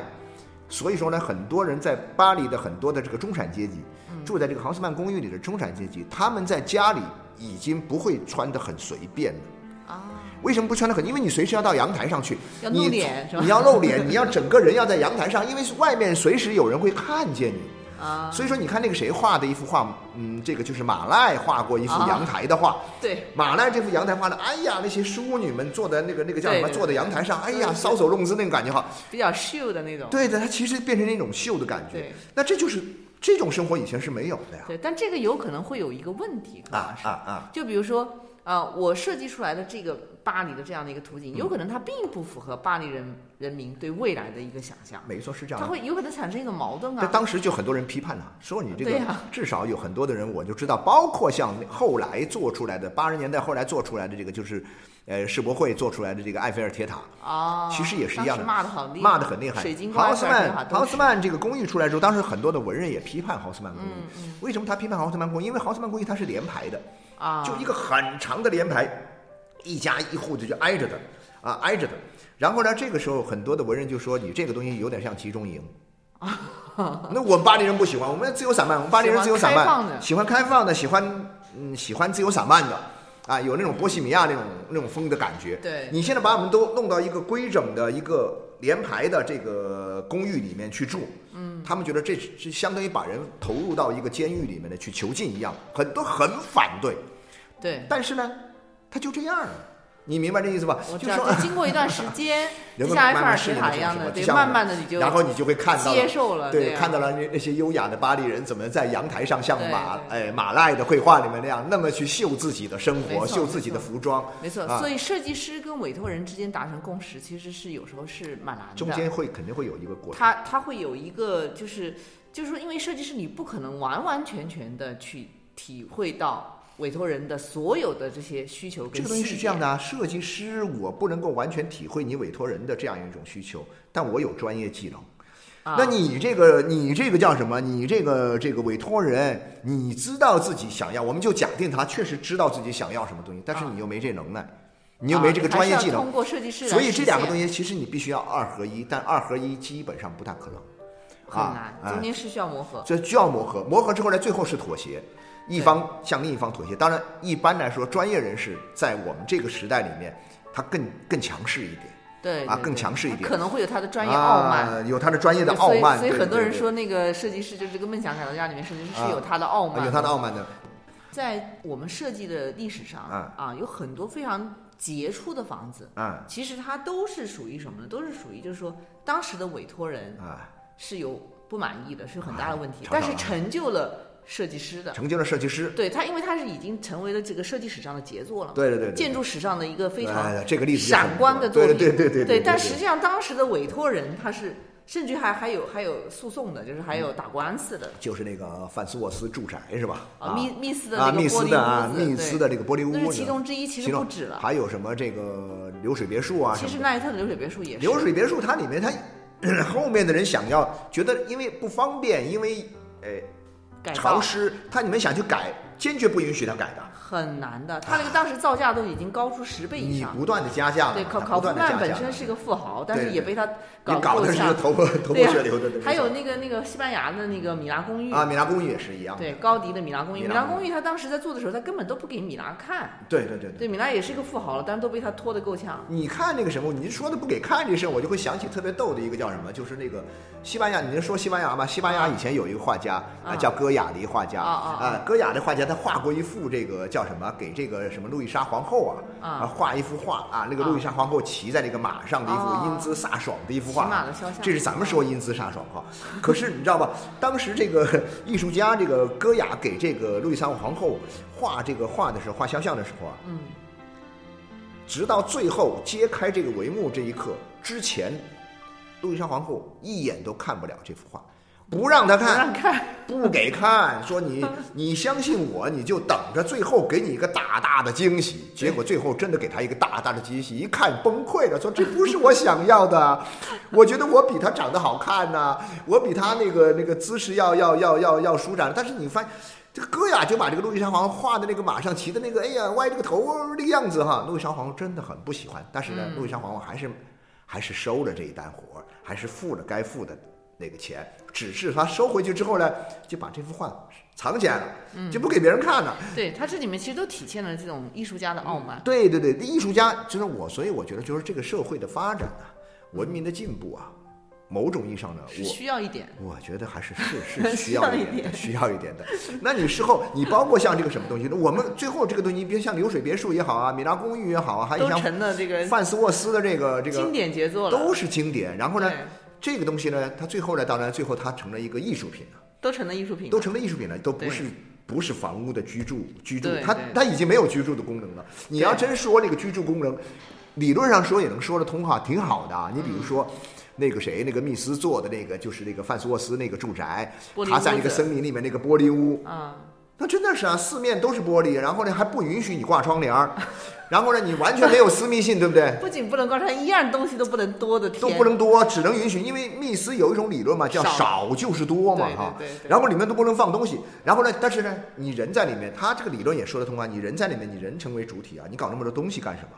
Speaker 2: 所以说呢，很多人在巴黎的很多的这个中产阶级，
Speaker 1: 嗯
Speaker 2: 住在这个杭斯曼公寓里的中产阶级，他们在家里已经不会穿得很随便了。
Speaker 1: 啊，
Speaker 2: 为什么不穿得很？因为你随时要到阳台上去，
Speaker 1: 要
Speaker 2: 你
Speaker 1: 露脸是吧？
Speaker 2: 你要 露脸，你要整个人要在阳台上，因为外面随时有人会看见你。
Speaker 1: 啊，
Speaker 2: 所以说，你看那个谁画的一幅画，嗯，这个就是马赖画过一幅
Speaker 1: 啊
Speaker 2: 阳台的画。
Speaker 1: 对，
Speaker 2: 马奈这幅阳台画的，哎呀，那些淑女们坐在那个那个叫什么，
Speaker 1: 对对
Speaker 2: 坐在阳台上，哎呀，
Speaker 1: 对
Speaker 2: 搔首弄姿那种感觉哈。
Speaker 1: 比较秀的那种。
Speaker 2: 对的，它其实变成那种秀的感觉
Speaker 1: 对。
Speaker 2: 那这就是这种生活以前是没有的呀。
Speaker 1: 对，但这个有可能会有一个问题，可能
Speaker 2: 啊
Speaker 1: 是
Speaker 2: 啊啊！
Speaker 1: 就比如说啊、呃我设计出来的这个巴黎的这样的一个图景，有可能它并不符合巴黎人人民对未来的一个想象，
Speaker 2: 没错，是这样
Speaker 1: 它
Speaker 2: 的。
Speaker 1: 会有可能产生一种矛盾
Speaker 2: 那
Speaker 1: 啊。
Speaker 2: 当时就很多人批判他，说你这个
Speaker 1: 对呀
Speaker 2: 至少有很多的人，我就知道，包括像后来做出来的八十年代后来做出来的这个就是，呃，世博会做出来的这个埃菲尔铁塔，
Speaker 1: 啊，
Speaker 2: 其实也是一样
Speaker 1: 当
Speaker 2: 的
Speaker 1: 时骂的好厉害，
Speaker 2: 骂得很厉害。
Speaker 1: 水晶啊
Speaker 2: 豪
Speaker 1: 光
Speaker 2: 斯
Speaker 1: 全是
Speaker 2: 曼
Speaker 1: 哈，
Speaker 2: 豪斯曼这个公寓出来之后，当时很多的文人也批判豪斯曼公
Speaker 1: 嗯
Speaker 2: 寓。为什么他批判豪斯曼公寓？因为豪斯曼公寓它是连排的，
Speaker 1: 啊，
Speaker 2: 就一个很长的连排，一家一户的就挨着的啊，挨着的。然后呢，这个时候很多的文人就说：“你这个东西有点像集中 营。”那我们巴黎人不喜欢，我们自由散漫，我们巴黎人自由散
Speaker 1: 喜欢开放
Speaker 2: 漫，
Speaker 1: 的
Speaker 2: 喜欢开放的，喜欢嗯，喜欢自由散漫的，啊，有那种波西米亚那种那种风的感觉。
Speaker 1: 对
Speaker 2: 你现在把我们都弄到一个规整的一个连排的这个公寓里面去住，嗯，他们觉得这是相当于把人投入到一个监狱里面的去囚禁一样，很多很反对。
Speaker 1: 对，
Speaker 2: 但是呢，他就这样了，你明白这意思吧？
Speaker 1: 我知
Speaker 2: 就是
Speaker 1: 道，
Speaker 2: 说，
Speaker 1: 就，经过一段时间 就
Speaker 2: 人们
Speaker 1: 像埃
Speaker 2: 慢
Speaker 1: 菲尔
Speaker 2: 慢适
Speaker 1: 铁
Speaker 2: 应
Speaker 1: 塔一
Speaker 2: 了这种
Speaker 1: 样
Speaker 2: 生
Speaker 1: 的，
Speaker 2: 活，就
Speaker 1: 对，
Speaker 2: 像
Speaker 1: 慢慢的你就
Speaker 2: 然后你就会看到
Speaker 1: 接受了，
Speaker 2: 对，
Speaker 1: 啊
Speaker 2: 看到了那那些优雅的巴黎人怎么在阳台上像
Speaker 1: 对
Speaker 2: 马
Speaker 1: 对
Speaker 2: 哎马赖的绘画里面那样，那么去秀自己的生
Speaker 1: 没错
Speaker 2: 活，秀自己的
Speaker 1: 没
Speaker 2: 服装，
Speaker 1: 没错
Speaker 2: 啊，
Speaker 1: 所以设计师跟委托人之间达成共识，其实是有时候是蛮难的。
Speaker 2: 中间会肯定会有一个过程。
Speaker 1: 他他会有一个就是就是说，因为设计师你不可能完完全全的去体会到委托人的所有的这些需求跟
Speaker 2: 这个东西是
Speaker 1: 细节
Speaker 2: 这样的啊，设计师我不能够完全体会你委托人的这样一种需求，但我有专业技能。
Speaker 1: 啊、
Speaker 2: 那你这个你这个叫什么？你这个这个委托人，你知道自己想要，我们就假定他确实知道自己想要什么东西，但是
Speaker 1: 啊
Speaker 2: 你又没这能耐，你又没这个专业
Speaker 1: 啊还是
Speaker 2: 技
Speaker 1: 要
Speaker 2: 能，
Speaker 1: 通过设计师来实现，
Speaker 2: 所以这两个东西其实你必须要二合一，但二合一基本上不大可能，
Speaker 1: 很
Speaker 2: 啊
Speaker 1: 难，，
Speaker 2: 哎
Speaker 1: 中间是需要磨合。
Speaker 2: 这需要磨合，磨合之后呢，最后是妥协，一方向另一方妥协。当然，一般来说，专业人士在我们这个时代里面，他更更强势一点。
Speaker 1: 对
Speaker 2: 啊
Speaker 1: 对
Speaker 2: 更
Speaker 1: 对
Speaker 2: 强势一
Speaker 1: 他
Speaker 2: 点
Speaker 1: 可能会有他的专业傲慢。
Speaker 2: 啊，有他的专业的
Speaker 1: 对
Speaker 2: 傲慢，
Speaker 1: 所以所以
Speaker 2: 对
Speaker 1: 很多
Speaker 2: 对
Speaker 1: 人
Speaker 2: 对
Speaker 1: 说那个设计师就是这个梦想改造家里面设计师
Speaker 2: 啊
Speaker 1: 是有他的傲慢，
Speaker 2: 有他的傲慢的，
Speaker 1: 在我们设计的历史上
Speaker 2: 啊
Speaker 1: 啊，有很多非常杰出的房子，
Speaker 2: 啊
Speaker 1: 其实它都是属于什么呢？都是属于就是说当时的委托人
Speaker 2: 啊，
Speaker 1: 是有不满意的，是有很大的问题
Speaker 2: 哎，
Speaker 1: 但
Speaker 2: 常
Speaker 1: 是
Speaker 2: 常
Speaker 1: 成就了设计师的。
Speaker 2: 成就了设计师。
Speaker 1: 对他，因为他是已经成为了这个设计史上的杰作了嘛，
Speaker 2: 对对对对，
Speaker 1: 啊建筑史上的一个非常
Speaker 2: 哎这个例子就很
Speaker 1: 闪光的
Speaker 2: 多
Speaker 1: 作
Speaker 2: 对
Speaker 1: 品。
Speaker 2: 对对对
Speaker 1: 对但实际上当时的委托人他是，甚至还还有还有诉讼的，就是还
Speaker 2: 嗯
Speaker 1: 有打官司的
Speaker 2: 就是那个呃范斯沃斯住宅是吧？
Speaker 1: 啊，密密斯的
Speaker 2: 啊
Speaker 1: 那个
Speaker 2: 密
Speaker 1: 玻
Speaker 2: 斯的啊
Speaker 1: 璃屋子，
Speaker 2: 密斯的这个玻璃屋
Speaker 1: 对，
Speaker 2: 呢，
Speaker 1: 那是其中之一，其实
Speaker 2: 其中
Speaker 1: 不止了。
Speaker 2: 还有什么这个流水别墅啊什
Speaker 1: 其
Speaker 2: 么的？
Speaker 1: 实奈特的流水别墅也是
Speaker 2: 流水别墅它 里面它后面的人想要觉得因为不方便，因为呃
Speaker 1: 改造
Speaker 2: 潮湿，他你们想去改，坚决不允许他改的。
Speaker 1: 很难的，他那个当时造价都已经高出十倍以
Speaker 2: 你
Speaker 1: 上。
Speaker 2: 不断的加价嘛，
Speaker 1: 对，考
Speaker 2: 它
Speaker 1: 考
Speaker 2: 不
Speaker 1: 夫
Speaker 2: 断的加
Speaker 1: 曼
Speaker 2: 价
Speaker 1: 本
Speaker 2: 嘛
Speaker 1: 身是个富豪，但是
Speaker 2: 对
Speaker 1: 也被他
Speaker 2: 你
Speaker 1: 搞
Speaker 2: 搞的
Speaker 1: 落
Speaker 2: 是
Speaker 1: 下
Speaker 2: 个头破头
Speaker 1: 对呀
Speaker 2: 破血流的。
Speaker 1: 还有那个那个西班牙的那个米拉公寓
Speaker 2: 啊，米拉公寓也是一样。
Speaker 1: 对高迪的米拉公寓，
Speaker 2: 米
Speaker 1: 米
Speaker 2: 拉
Speaker 1: 拉
Speaker 2: 公
Speaker 1: 公寓他当时在做的时候，他根本都不给米拉看。
Speaker 2: 对对对对。
Speaker 1: 对，米拉也是一个富豪了，但是都被他拖得够呛。
Speaker 2: 你看那个什么，你说的不给看这事儿，我就会想起特别逗的一个叫什么，就是那个西班牙，你就说西班牙吧，西班牙以前有一个画家啊，
Speaker 1: 啊
Speaker 2: 叫戈雅的一画家
Speaker 1: 啊啊啊
Speaker 2: 戈雅的画家他画过一幅这个叫什么，给这个什么路易莎皇后啊
Speaker 1: 啊
Speaker 2: 画一幅画啊，那个
Speaker 1: 啊
Speaker 2: 路易莎皇后骑在那个马上的一
Speaker 1: 哦
Speaker 2: 幅英姿飒爽的一幅
Speaker 1: 骑
Speaker 2: 画，
Speaker 1: 马的肖像，
Speaker 2: 这是咱们说英姿飒爽哈。可是你知道吧？当时这个艺术家这个戈雅给这个路易莎皇后画这个画的时候，画肖像的时候啊，
Speaker 1: 嗯，
Speaker 2: 直到最后揭开这个帷幕这一刻之前，路易莎皇后一眼都看不了这幅画，不让她
Speaker 1: 不让
Speaker 2: 看，
Speaker 1: 看，
Speaker 2: 不给看，说你你相信我，你就等着最后给你一个大大的惊喜。结果最后真的给她一个大大的惊喜，一看崩溃了，说这不是我想要的，我觉得我比她长得好看呐、我比她那个那个姿势要要要要要舒展。但是你发现。这个戈雅就把这个路易莎皇后画的那个马上骑的那个，哎呀，歪着个头那个样子哈，路易莎皇后真的很不喜欢。但是呢，路易莎皇后还是还是收了这一单活儿，还是付了该付的那个钱。只是她收回去之后呢，就把这幅画藏起来
Speaker 1: 嗯
Speaker 2: 了，就不给别人看了。
Speaker 1: 对他这里面其实都体现了这种艺术家的傲慢。
Speaker 2: 对对对，艺术家就是我，所以我觉得就是这个社会的发展啊，文明的进步啊，某种意义上呢，
Speaker 1: 是
Speaker 2: 我
Speaker 1: 需要一点，
Speaker 2: 我觉得还是 是是需
Speaker 1: 需
Speaker 2: 要
Speaker 1: 要
Speaker 2: 一
Speaker 1: 一
Speaker 2: 点的，
Speaker 1: 点
Speaker 2: 需要一点的。那你事后，你包括像这个什么东西，我们最后这个东西，你比如像流水别墅也好啊，米拉公寓也好啊，还有
Speaker 1: 都
Speaker 2: 像
Speaker 1: 成了这个
Speaker 2: 范斯沃斯的这个这
Speaker 1: 经
Speaker 2: 个，
Speaker 1: 典杰作了，
Speaker 2: 都是经典。然后呢
Speaker 1: 对，
Speaker 2: 这个东西呢，它最后呢，当然最后它成了一个艺术品了，
Speaker 1: 都成了艺术品了，
Speaker 2: 都成了艺术品了，都不
Speaker 1: 对
Speaker 2: 是。不是房屋的居住居住
Speaker 1: 对，
Speaker 2: 它
Speaker 1: 对
Speaker 2: 它已经没有居住的功能了。你
Speaker 1: 对
Speaker 2: 要真说这个居住功能，理论上说也能说得通哈，挺好的啊。你比如说，那个谁，那个密斯做的那个，就是那个范斯沃斯那个住宅
Speaker 1: 玻璃，
Speaker 2: 他在那个
Speaker 1: 屋子
Speaker 2: 森林里面那个玻璃屋，
Speaker 1: 啊，
Speaker 2: 那真的是啊，四面都是玻璃，然后呢还不允许你挂窗帘儿，然后呢你完全没有私密性，对不对？
Speaker 1: 不仅不能光穿，一样东西都不能多的天，
Speaker 2: 都不能多，只能允许，因为密斯有一种理论嘛，叫
Speaker 1: 少
Speaker 2: 少就是多嘛，
Speaker 1: 对对
Speaker 2: 哈
Speaker 1: 对。对
Speaker 2: 然后里面都不能放东西，然后呢，但是呢，你人在里面，他这个理论也说得通啊，你人在里面，你人成为主体啊，你搞那么多东西干什么？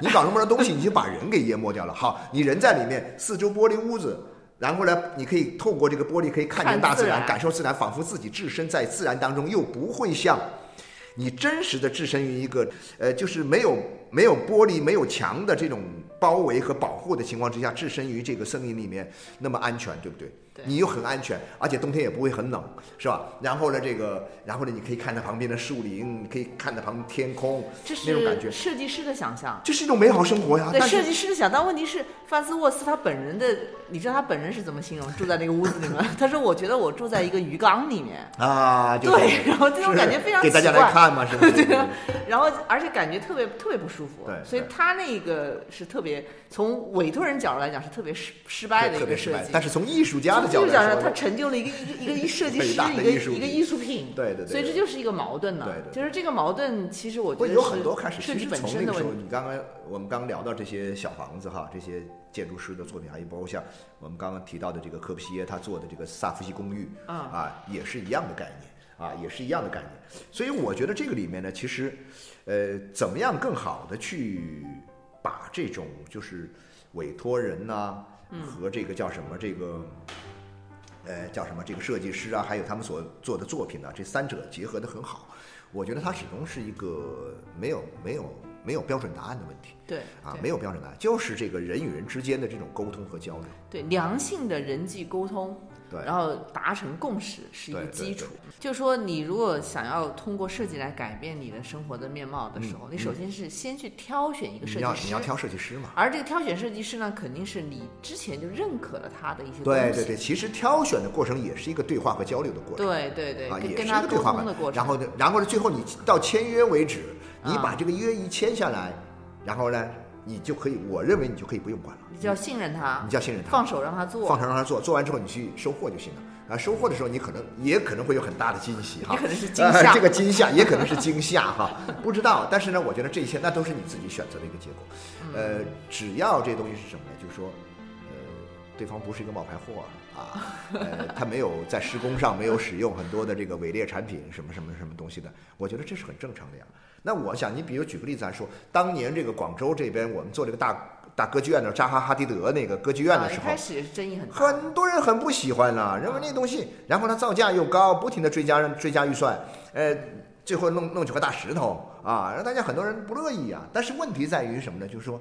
Speaker 2: 你搞那么多东西，你就把人给淹没掉了。好，你人在里面，四周玻璃屋子。然后呢，你可以透过这个玻璃，可以看见
Speaker 1: 看
Speaker 2: 大自
Speaker 1: 自
Speaker 2: 然，
Speaker 1: 然
Speaker 2: 感受自然，仿佛自己置身在自然当中，又不会像你真实的置身于一个呃，就是没有没有玻璃、没有墙的这种包围和保护的情况之下，置身于这个森林里面，那么安全，对不对？
Speaker 1: 对
Speaker 2: 你又很安全，而且冬天也不会很冷，是吧？然后呢，这个，然后呢，你可以看到旁边的树林，你可以看到旁边天空，
Speaker 1: 这
Speaker 2: 那种感觉
Speaker 1: 是，设计师的想象。
Speaker 2: 这是一种美好生活呀。
Speaker 1: 对
Speaker 2: 但
Speaker 1: 设
Speaker 2: 是
Speaker 1: 计师的想，但问题是范斯沃斯他本人的，你知道他本人是怎么形容住在那个屋子里面？ 他说：“我觉得我住在一个鱼缸里面。
Speaker 2: 啊，” 就是
Speaker 1: 对，然后这种
Speaker 2: 是
Speaker 1: 感觉非常
Speaker 2: 给大家
Speaker 1: 奇怪
Speaker 2: 来看嘛，是不 是？
Speaker 1: 对啊，然后而且感觉特别特别不舒服，
Speaker 2: 对
Speaker 1: 所以
Speaker 2: 对
Speaker 1: 他那个是特别从委托人角度来讲是特别失失败的
Speaker 2: 对
Speaker 1: 一
Speaker 2: 特
Speaker 1: 个
Speaker 2: 别失
Speaker 1: 设
Speaker 2: 败
Speaker 1: 计。。
Speaker 2: 但是从艺术家的
Speaker 1: 从
Speaker 2: 角
Speaker 1: 这
Speaker 2: 度
Speaker 1: 个角
Speaker 2: 来
Speaker 1: 度，他
Speaker 2: 说，
Speaker 1: 成就了一个一 个一个设计
Speaker 2: 伟
Speaker 1: 师
Speaker 2: 大，的
Speaker 1: 一个
Speaker 2: 艺术品
Speaker 1: 一个艺术品。
Speaker 2: 对对对
Speaker 1: 所以这就是一个矛盾呢。
Speaker 2: 对对对
Speaker 1: 就是这个矛盾，其实我觉
Speaker 2: 会
Speaker 1: 得
Speaker 2: 有
Speaker 1: 是
Speaker 2: 很多开始，
Speaker 1: 设
Speaker 2: 其
Speaker 1: 计
Speaker 2: 实
Speaker 1: 本
Speaker 2: 从
Speaker 1: 身
Speaker 2: 那
Speaker 1: 的
Speaker 2: 个时
Speaker 1: 问
Speaker 2: 候，
Speaker 1: 题。
Speaker 2: 你刚刚我们刚聊到这些小房子哈，这些建筑师的作品，还有包括像我们刚刚提到的这个科布西耶他做的这个萨夫西公寓
Speaker 1: 啊
Speaker 2: 啊，也是一样的概念啊，也是一样的概念。所以我觉得这个里面呢，其实呃，怎么样更好的去把这种就是委托人呐、
Speaker 1: 嗯
Speaker 2: 和这个叫什么这个。呃，叫什么？这个设计师啊，还有他们所做的作品呢、这三者结合的很好。我觉得它始终是一个没有没有没有标准答案的问题
Speaker 1: 对
Speaker 2: 啊
Speaker 1: 对，
Speaker 2: 没有标准答案，就是这个人与人之间的这种沟通和交流。
Speaker 1: 对良性的人际沟通，
Speaker 2: 对
Speaker 1: 然后达成共识是一个
Speaker 2: 对对
Speaker 1: 基础。就说你如果想要通过设计来改变你的生活的面貌的时候，
Speaker 2: 嗯
Speaker 1: 你首先是先去挑选一个
Speaker 2: 你
Speaker 1: 设计
Speaker 2: 要
Speaker 1: 师，
Speaker 2: 你要挑设计师嘛？
Speaker 1: 而这个挑选设计师呢，肯定是你之前就认可了他的一些东西，
Speaker 2: 对对对，其实挑选的过程也是一个对话和交流的过程。
Speaker 1: 对对对
Speaker 2: 啊，
Speaker 1: 跟
Speaker 2: 也是
Speaker 1: 跟
Speaker 2: 一
Speaker 1: 他
Speaker 2: 个对
Speaker 1: 沟
Speaker 2: 话
Speaker 1: 通
Speaker 2: 嘛
Speaker 1: 的过程。
Speaker 2: 然后呢，然后呢，最后你到签约为止，你
Speaker 1: 啊
Speaker 2: 把这个约一签下来，然后呢，你就可以，我认为你就可以不用管了，
Speaker 1: 你就要信任他
Speaker 2: 你，就要信任他。
Speaker 1: 放手让他做，
Speaker 2: 放长让他做，做完之后你去收获就行了。啊，收获的时候你可能也可能会有很大的惊喜哈，
Speaker 1: 也可能是惊吓
Speaker 2: 呃这个惊吓也可能是惊吓哈，不知道。但是呢，我觉得这一切那
Speaker 1: 嗯
Speaker 2: 都是你自己选择的一个结果。呃，只要这东西是什么呢？就是说，呃，对方不是一个冒牌货儿啊，呃，他没有在施工上没有使用很多的这个伪劣产品什么什么什么东西的，我觉得这是很正常的呀。那我想，你比如举个例子来说，当年这个广州这边我们做这个大大歌剧院的扎哈哈迪德那个歌剧院
Speaker 1: 啊，
Speaker 2: 的
Speaker 1: 一
Speaker 2: 时候
Speaker 1: 开，始争议很大，
Speaker 2: 很多人很不喜欢啦，认为那东西，然后呢造价又高，不停的追加追加预算，呃，最后弄弄几块大石头啊，让大家很多人不乐意啊。但是问题在于什么呢？就是说，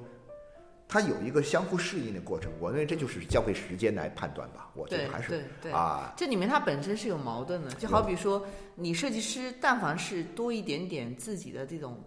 Speaker 2: 它有一个相互适应的过程，我认为这就是交给时间来判断吧。我觉
Speaker 1: 对
Speaker 2: 得还是
Speaker 1: 对对。
Speaker 2: 啊，
Speaker 1: 这里面它本身是有矛盾的，就好比说，你设计师但凡是多一点点自己的这种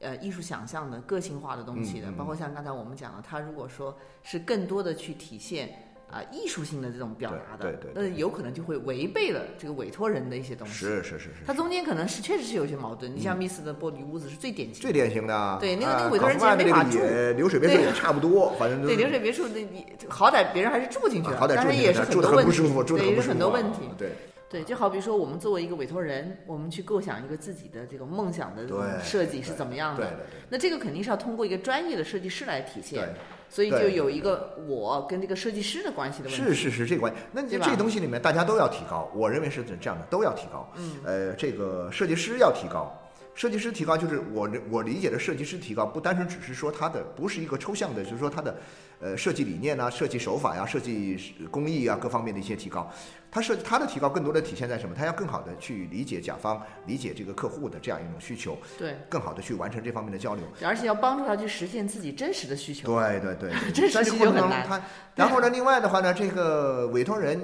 Speaker 1: 呃艺术想象的个性化的东西的，
Speaker 2: 嗯嗯
Speaker 1: 包括像刚才我们讲的，他如果说是更多的去体现啊、艺术性的这种表达的
Speaker 2: 对对，
Speaker 1: 那
Speaker 2: 对
Speaker 1: 有可能就会违背了这个委托人的一些东西。
Speaker 2: 是是是
Speaker 1: 它
Speaker 2: 是，嗯
Speaker 1: 中间可能是确实是有一些矛盾，你像 Miss 的玻璃屋子是最典型
Speaker 2: 最
Speaker 1: 的，
Speaker 2: 典型的啊
Speaker 1: 对那个
Speaker 2: 啊
Speaker 1: 那个委托人
Speaker 2: 考夫曼
Speaker 1: 其实没
Speaker 2: 那
Speaker 1: 法
Speaker 2: 个
Speaker 1: 住
Speaker 2: 也流水别墅
Speaker 1: 对
Speaker 2: 也差不多，反正都
Speaker 1: 对
Speaker 2: 是
Speaker 1: 流水别墅那你好歹别人还是住进去
Speaker 2: 啊
Speaker 1: 了，
Speaker 2: 好歹
Speaker 1: 但
Speaker 2: 住
Speaker 1: 是
Speaker 2: 进
Speaker 1: 也
Speaker 2: 去
Speaker 1: 是
Speaker 2: 住
Speaker 1: 多
Speaker 2: 的很
Speaker 1: 问
Speaker 2: 不
Speaker 1: 题，
Speaker 2: 舒服，住的
Speaker 1: 对，
Speaker 2: 很
Speaker 1: 也
Speaker 2: 不
Speaker 1: 是
Speaker 2: 舒服啊，
Speaker 1: 很多问题。
Speaker 2: 对。
Speaker 1: 对，就好比说，我们作为一个委托人，我们去构想一个自己的这个梦想的这种
Speaker 2: 对
Speaker 1: 嗯设计是怎么样
Speaker 2: 对
Speaker 1: 的。
Speaker 2: 对
Speaker 1: 那这个肯定是要通过一个专业的设计师来体
Speaker 2: 对
Speaker 1: 现，，所以就
Speaker 2: 对
Speaker 1: 有一个我跟这个设计师的关系的问题。
Speaker 2: 是是是，这个关系。那
Speaker 1: 对
Speaker 2: 这
Speaker 1: 吧
Speaker 2: 这东西里面，大家都要提高，我认为是这样的，都要提高。
Speaker 1: 嗯，
Speaker 2: 呃，这个设计师要提高，设计师提高就是我理我理解的设计师提高，不单纯只是说他的不是一个抽象的，就是说他的呃设计理念啊、设计手法呀、设计工艺啊各方面的一些提高。他设他的提高更多的体现在什么？他要更好的去理解甲方、理解这个客户的这样一种需求，
Speaker 1: 对，
Speaker 2: 更好的去完成这方面的交流。
Speaker 1: 而且要帮助他去实现自己真实的需求。，
Speaker 2: 对对对
Speaker 1: 这
Speaker 2: 但
Speaker 1: 是
Speaker 2: 是
Speaker 1: 就
Speaker 2: 过程
Speaker 1: 很
Speaker 2: 当中
Speaker 1: 难
Speaker 2: 他，然后呢，另外的话呢，这个委托人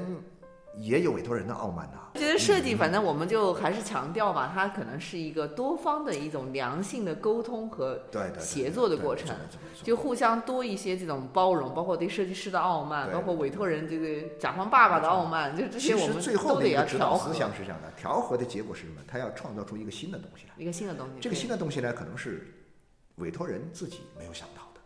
Speaker 2: 也有委托人的傲慢呐、
Speaker 1: 我觉得设
Speaker 2: 嗯
Speaker 1: 计，反正我们就还是强调吧，它可能是一个多方的一种良性的沟通和
Speaker 2: 对对对，
Speaker 1: 协作的
Speaker 2: 对
Speaker 1: 过
Speaker 2: 没错
Speaker 1: 程
Speaker 2: 没错没错
Speaker 1: 就互相多一些这种包容，包括对设计师的傲慢，
Speaker 2: 对
Speaker 1: 包括委托人这个甲方爸爸的傲慢，就这
Speaker 2: 其
Speaker 1: 些我
Speaker 2: 实
Speaker 1: 们
Speaker 2: 最后
Speaker 1: 都
Speaker 2: 的
Speaker 1: 得
Speaker 2: 一
Speaker 1: 要
Speaker 2: 个指
Speaker 1: 调
Speaker 2: 导思
Speaker 1: 和
Speaker 2: 想是这样的，调和的结果是什么？他要创造出一个新的东西来。
Speaker 1: 一个新的东西。
Speaker 2: 这个
Speaker 1: 对
Speaker 2: 新的东西呢，可能是委托人自己没有想到的，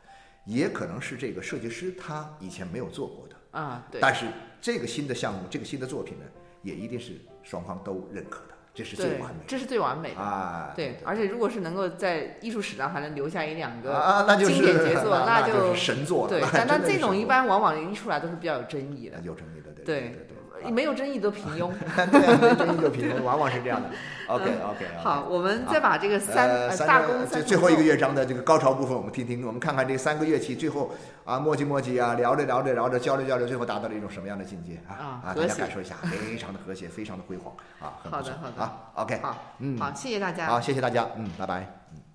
Speaker 2: 也可能是这个设计师他以前没有做过的。
Speaker 1: 啊，对，
Speaker 2: 但是这个新的项目，这个新的作品呢，也一定是双方都认可的，这是最
Speaker 1: 对
Speaker 2: 完美，的
Speaker 1: 这是最完美的。
Speaker 2: 啊！
Speaker 1: 对，而且如果是能够在艺术史上还能留下一两个，
Speaker 2: 啊，那就是
Speaker 1: 经典杰作
Speaker 2: 那
Speaker 1: 那
Speaker 2: 那
Speaker 1: 就是
Speaker 2: 神作了。
Speaker 1: 对
Speaker 2: 那，
Speaker 1: 但
Speaker 2: 真
Speaker 1: 但
Speaker 2: 的是
Speaker 1: 这种
Speaker 2: 神
Speaker 1: 一
Speaker 2: 作
Speaker 1: 般往往一出来都是比较有争议的
Speaker 2: 那，有争议的，对
Speaker 1: 对
Speaker 2: 对对。
Speaker 1: 没有争议都平庸。
Speaker 2: 啊对啊， 没争议 就平衡，往往是这样的。OK OK，
Speaker 1: 嗯好，我们再把这个三
Speaker 2: 呃
Speaker 1: 呃
Speaker 2: 三
Speaker 1: 大
Speaker 2: 个
Speaker 1: 公
Speaker 2: 最
Speaker 1: 三
Speaker 2: 最后一个
Speaker 1: 重奏
Speaker 2: 乐章的这个高潮部分，我们听听，我们看看这三个乐器最后啊磨叽磨叽啊，聊着聊着聊着，交流交流，最后达到了一种什么样的境界啊
Speaker 1: 啊
Speaker 2: 啊！
Speaker 1: 和谐
Speaker 2: 大家感受一下，非常的和谐，非常的辉煌啊，很不
Speaker 1: 好的
Speaker 2: 错
Speaker 1: 好的
Speaker 2: 啊。OK，
Speaker 1: 好，
Speaker 2: 嗯
Speaker 1: 好，谢谢大家。
Speaker 2: 好，谢谢大家，嗯，拜拜。
Speaker 1: 嗯。